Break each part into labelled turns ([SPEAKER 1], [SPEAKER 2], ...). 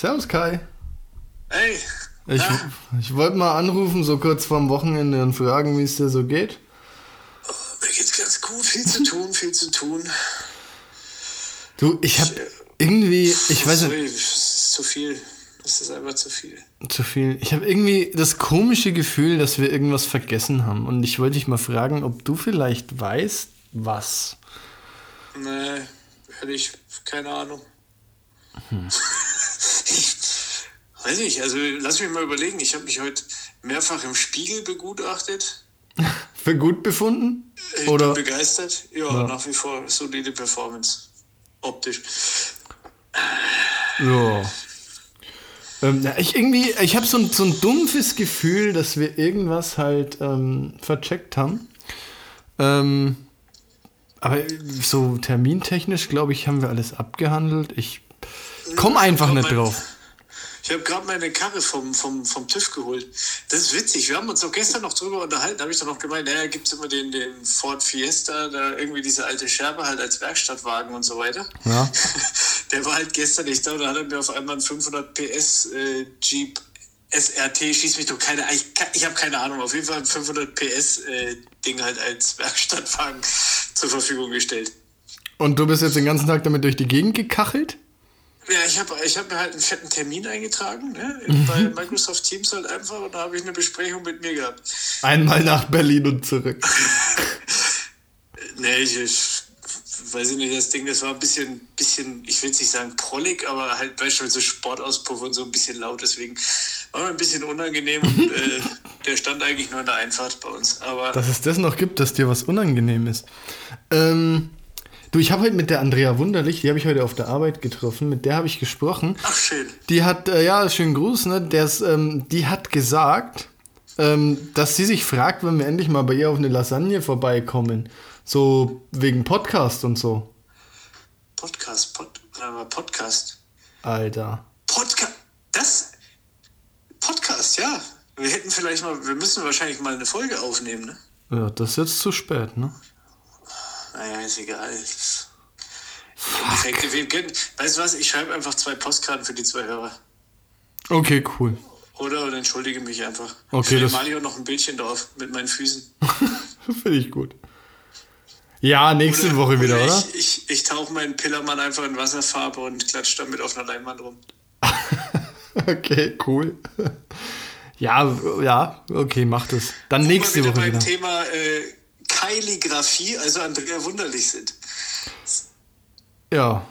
[SPEAKER 1] Servus Kai.
[SPEAKER 2] Hey,
[SPEAKER 1] Ich, ich wollte mal anrufen, so kurz vorm Wochenende und fragen, wie es dir so geht.
[SPEAKER 2] mir geht's ganz gut. Viel zu tun, viel zu tun.
[SPEAKER 1] Du, ich habe irgendwie, ich weiß nicht,
[SPEAKER 2] Sorry, es ist zu viel. Es ist einfach zu viel.
[SPEAKER 1] zu viel. Ich habe irgendwie das komische Gefühl, dass wir irgendwas vergessen haben. Und ich wollte dich mal fragen, ob du vielleicht weißt, was.
[SPEAKER 2] Nee, ehrlich, keine Ahnung.
[SPEAKER 1] Hm.
[SPEAKER 2] Ich weiß nicht, also lass mich mal überlegen. Ich habe mich heute mehrfach im Spiegel begutachtet.
[SPEAKER 1] Für gut befunden?
[SPEAKER 2] Ich
[SPEAKER 1] Oder?
[SPEAKER 2] bin begeistert. Ja, nach wie vor solide Performance. Optisch.
[SPEAKER 1] Ja. Ähm, ja, ich irgendwie, ich habe so ein, so ein dumpfes Gefühl, dass wir irgendwas halt ähm, vercheckt haben. Ähm, aber so termintechnisch, glaube ich, haben wir alles abgehandelt. Ich komm einfach nicht drauf.
[SPEAKER 2] Ich habe gerade meine Karre vom, vom, vom TÜV geholt. Das ist witzig. Wir haben uns auch gestern noch drüber unterhalten. Da habe ich dann noch gemeint, naja, gibt es immer den, den Ford Fiesta, da irgendwie diese alte Scherbe halt als Werkstattwagen und so weiter.
[SPEAKER 1] Ja.
[SPEAKER 2] Der war halt gestern nicht da und da hat er mir auf einmal einen 500 PS äh, Jeep SRT, schieß mich doch keine, ich, ich habe keine Ahnung, auf jeden Fall ein 500 PS äh, Ding halt als Werkstattwagen zur Verfügung gestellt.
[SPEAKER 1] Und du bist jetzt den ganzen Tag damit durch die Gegend gekachelt?
[SPEAKER 2] Ja, ich habe ich hab mir halt einen fetten Termin eingetragen, ne? bei Microsoft Teams halt einfach und da habe ich eine Besprechung mit mir gehabt.
[SPEAKER 1] Einmal nach Berlin und zurück.
[SPEAKER 2] Nee, Ne, ich, ich weiß ich nicht, das Ding, das war ein bisschen, bisschen ich will nicht sagen prollig, aber halt beispielsweise so Sportauspuff und so ein bisschen laut, deswegen war mir ein bisschen unangenehm und äh, der stand eigentlich nur in der Einfahrt bei uns. Aber
[SPEAKER 1] Dass es das noch gibt, dass dir was unangenehm ist. Ähm, du, ich habe heute mit der Andrea Wunderlich, die habe ich heute auf der Arbeit getroffen, mit der habe ich gesprochen.
[SPEAKER 2] ach schön.
[SPEAKER 1] Die hat, äh, ja, schönen Gruß, ne? Der's, ähm, die hat gesagt, ähm, dass sie sich fragt, wenn wir endlich mal bei ihr auf eine Lasagne vorbeikommen. So wegen Podcast und so.
[SPEAKER 2] Podcast, Pod, warte mal, Podcast.
[SPEAKER 1] Alter.
[SPEAKER 2] Podcast. Das Podcast, ja. Wir hätten vielleicht mal, wir müssen wahrscheinlich mal eine Folge aufnehmen, ne?
[SPEAKER 1] Ja, das ist jetzt zu spät, ne?
[SPEAKER 2] Naja, ist egal. Im Endeffekt, wir können, weißt du was, ich schreibe einfach zwei Postkarten für die zwei Hörer.
[SPEAKER 1] Okay, cool.
[SPEAKER 2] Oder und entschuldige mich einfach.
[SPEAKER 1] Okay, das-
[SPEAKER 2] Vielleicht male ich auch noch ein Bildchen drauf mit meinen Füßen.
[SPEAKER 1] Finde ich gut. Ja, nächste Woche wieder, oder?
[SPEAKER 2] Ich, ich, ich tauche meinen Pillermann einfach in Wasserfarbe und klatsche damit auf einer Leinwand rum.
[SPEAKER 1] Okay, cool. Ja, ja, okay, mach das. Dann nächste
[SPEAKER 2] Wo wir
[SPEAKER 1] Woche
[SPEAKER 2] beim
[SPEAKER 1] wieder.
[SPEAKER 2] Thema äh, Kalligraphie, also Andrea Wunderlich sind.
[SPEAKER 1] Ja,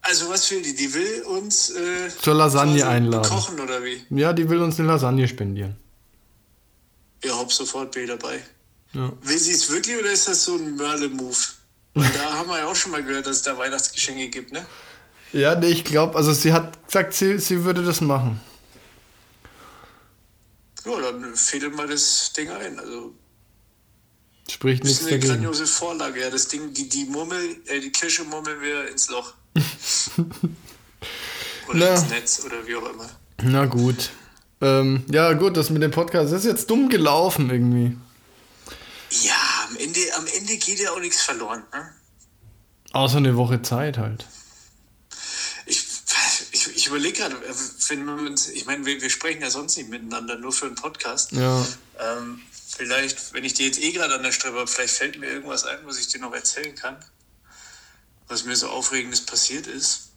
[SPEAKER 2] Also was will die? Die will uns äh,
[SPEAKER 1] zur Lasagne
[SPEAKER 2] quasi
[SPEAKER 1] einladen.
[SPEAKER 2] Kochen oder wie?
[SPEAKER 1] Ja, die will uns eine Lasagne spendieren.
[SPEAKER 2] Ja, hab sofort B dabei.
[SPEAKER 1] Ja.
[SPEAKER 2] Will sie es wirklich oder ist das so ein Mörle-Move? Weil da haben wir ja auch schon mal gehört, dass es da Weihnachtsgeschenke gibt, ne?
[SPEAKER 1] Ja, nee, ich glaube, also sie hat gesagt, sie, sie würde das machen.
[SPEAKER 2] Ja, dann fädelt mal das Ding ein. Also
[SPEAKER 1] Spricht
[SPEAKER 2] Das
[SPEAKER 1] nichts
[SPEAKER 2] ist eine
[SPEAKER 1] dagegen.
[SPEAKER 2] grandiose Vorlage, ja. Das Ding, die, die Murmel, äh, die Kirsche murmeln wir ins Loch. oder
[SPEAKER 1] Na.
[SPEAKER 2] ins Netz oder wie auch immer.
[SPEAKER 1] Na gut. Ähm, ja, gut, das mit dem Podcast das ist jetzt dumm gelaufen irgendwie.
[SPEAKER 2] Ja, am Ende, am Ende geht ja auch nichts verloren. Ne?
[SPEAKER 1] Außer eine Woche Zeit halt.
[SPEAKER 2] Ich, ich, ich überlege gerade, äh, wenn man uns, ich meine, wir, wir sprechen ja sonst nicht miteinander, nur für einen Podcast.
[SPEAKER 1] Ja.
[SPEAKER 2] Ähm, vielleicht, wenn ich dir jetzt eh gerade an der Strippe habe, vielleicht fällt mir irgendwas ein, was ich dir noch erzählen kann. Was mir so Aufregendes passiert ist.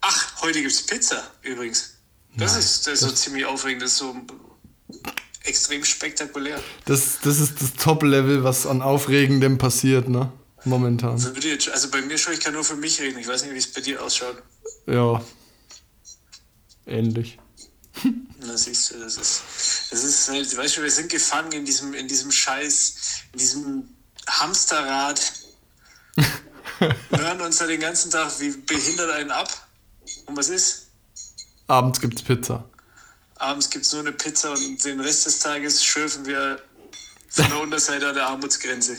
[SPEAKER 2] Ach, heute gibt es Pizza übrigens. Das ist, das ist so ziemlich aufregend, das ist so extrem spektakulär.
[SPEAKER 1] Das, das ist das Top-Level, was an Aufregendem passiert, ne? Momentan.
[SPEAKER 2] Würde jetzt- Also bei mir schon, ich kann nur für mich reden. Ich weiß nicht, wie es bei dir ausschaut.
[SPEAKER 1] Ja. Ähnlich.
[SPEAKER 2] Na, siehst du, das ist, das ist halt, weißt du, wir sind gefangen in diesem, in diesem Scheiß, in diesem Hamsterrad. Wir hören uns da den ganzen Tag wie behindert einen ab. Und was ist?
[SPEAKER 1] Abends gibt's Pizza.
[SPEAKER 2] Abends gibt es nur eine Pizza und den Rest des Tages schürfen wir von der Unterseite an der Armutsgrenze.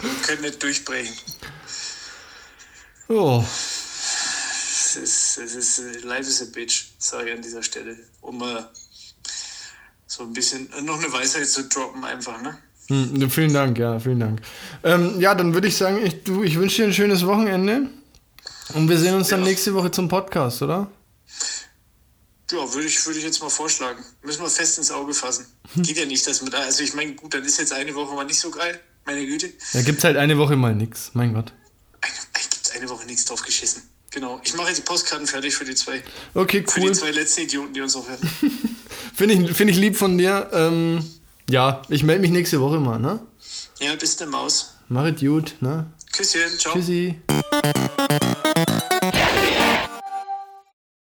[SPEAKER 2] Wir können nicht durchbrechen.
[SPEAKER 1] Oh.
[SPEAKER 2] Es ist, es ist, äh, life is a bitch, sage ich an dieser Stelle. Um mal so ein bisschen äh, noch eine Weisheit zu droppen, einfach, ne?
[SPEAKER 1] Hm, vielen Dank, ja, vielen Dank. Ähm, ja, dann würde ich sagen, ich, du, ich wünsche dir ein schönes Wochenende. Und wir sehen uns dann
[SPEAKER 2] Ja.
[SPEAKER 1] nächste Woche zum Podcast, oder?
[SPEAKER 2] Ja, würde ich, würde ich jetzt mal vorschlagen. Müssen wir fest ins Auge fassen. Geht ja nicht, dass man da. Also ich meine, gut, dann ist jetzt eine Woche mal nicht so geil. Meine Güte.
[SPEAKER 1] Da gibt's halt eine Woche mal nix. Mein Gott.
[SPEAKER 2] Eigentlich gibt es eine Woche nichts drauf geschissen. Genau. Ich mache jetzt die Postkarten fertig für die zwei,
[SPEAKER 1] Okay,
[SPEAKER 2] für
[SPEAKER 1] cool.
[SPEAKER 2] die zwei letzten Idioten, die uns noch hören.
[SPEAKER 1] Finde ich, find ich lieb von dir. Ähm, ja, ich melde mich nächste Woche mal, ne?
[SPEAKER 2] Ja, bis der Maus.
[SPEAKER 1] Mach es gut, ne?
[SPEAKER 2] Küsschen, ciao.
[SPEAKER 1] Tschüssi.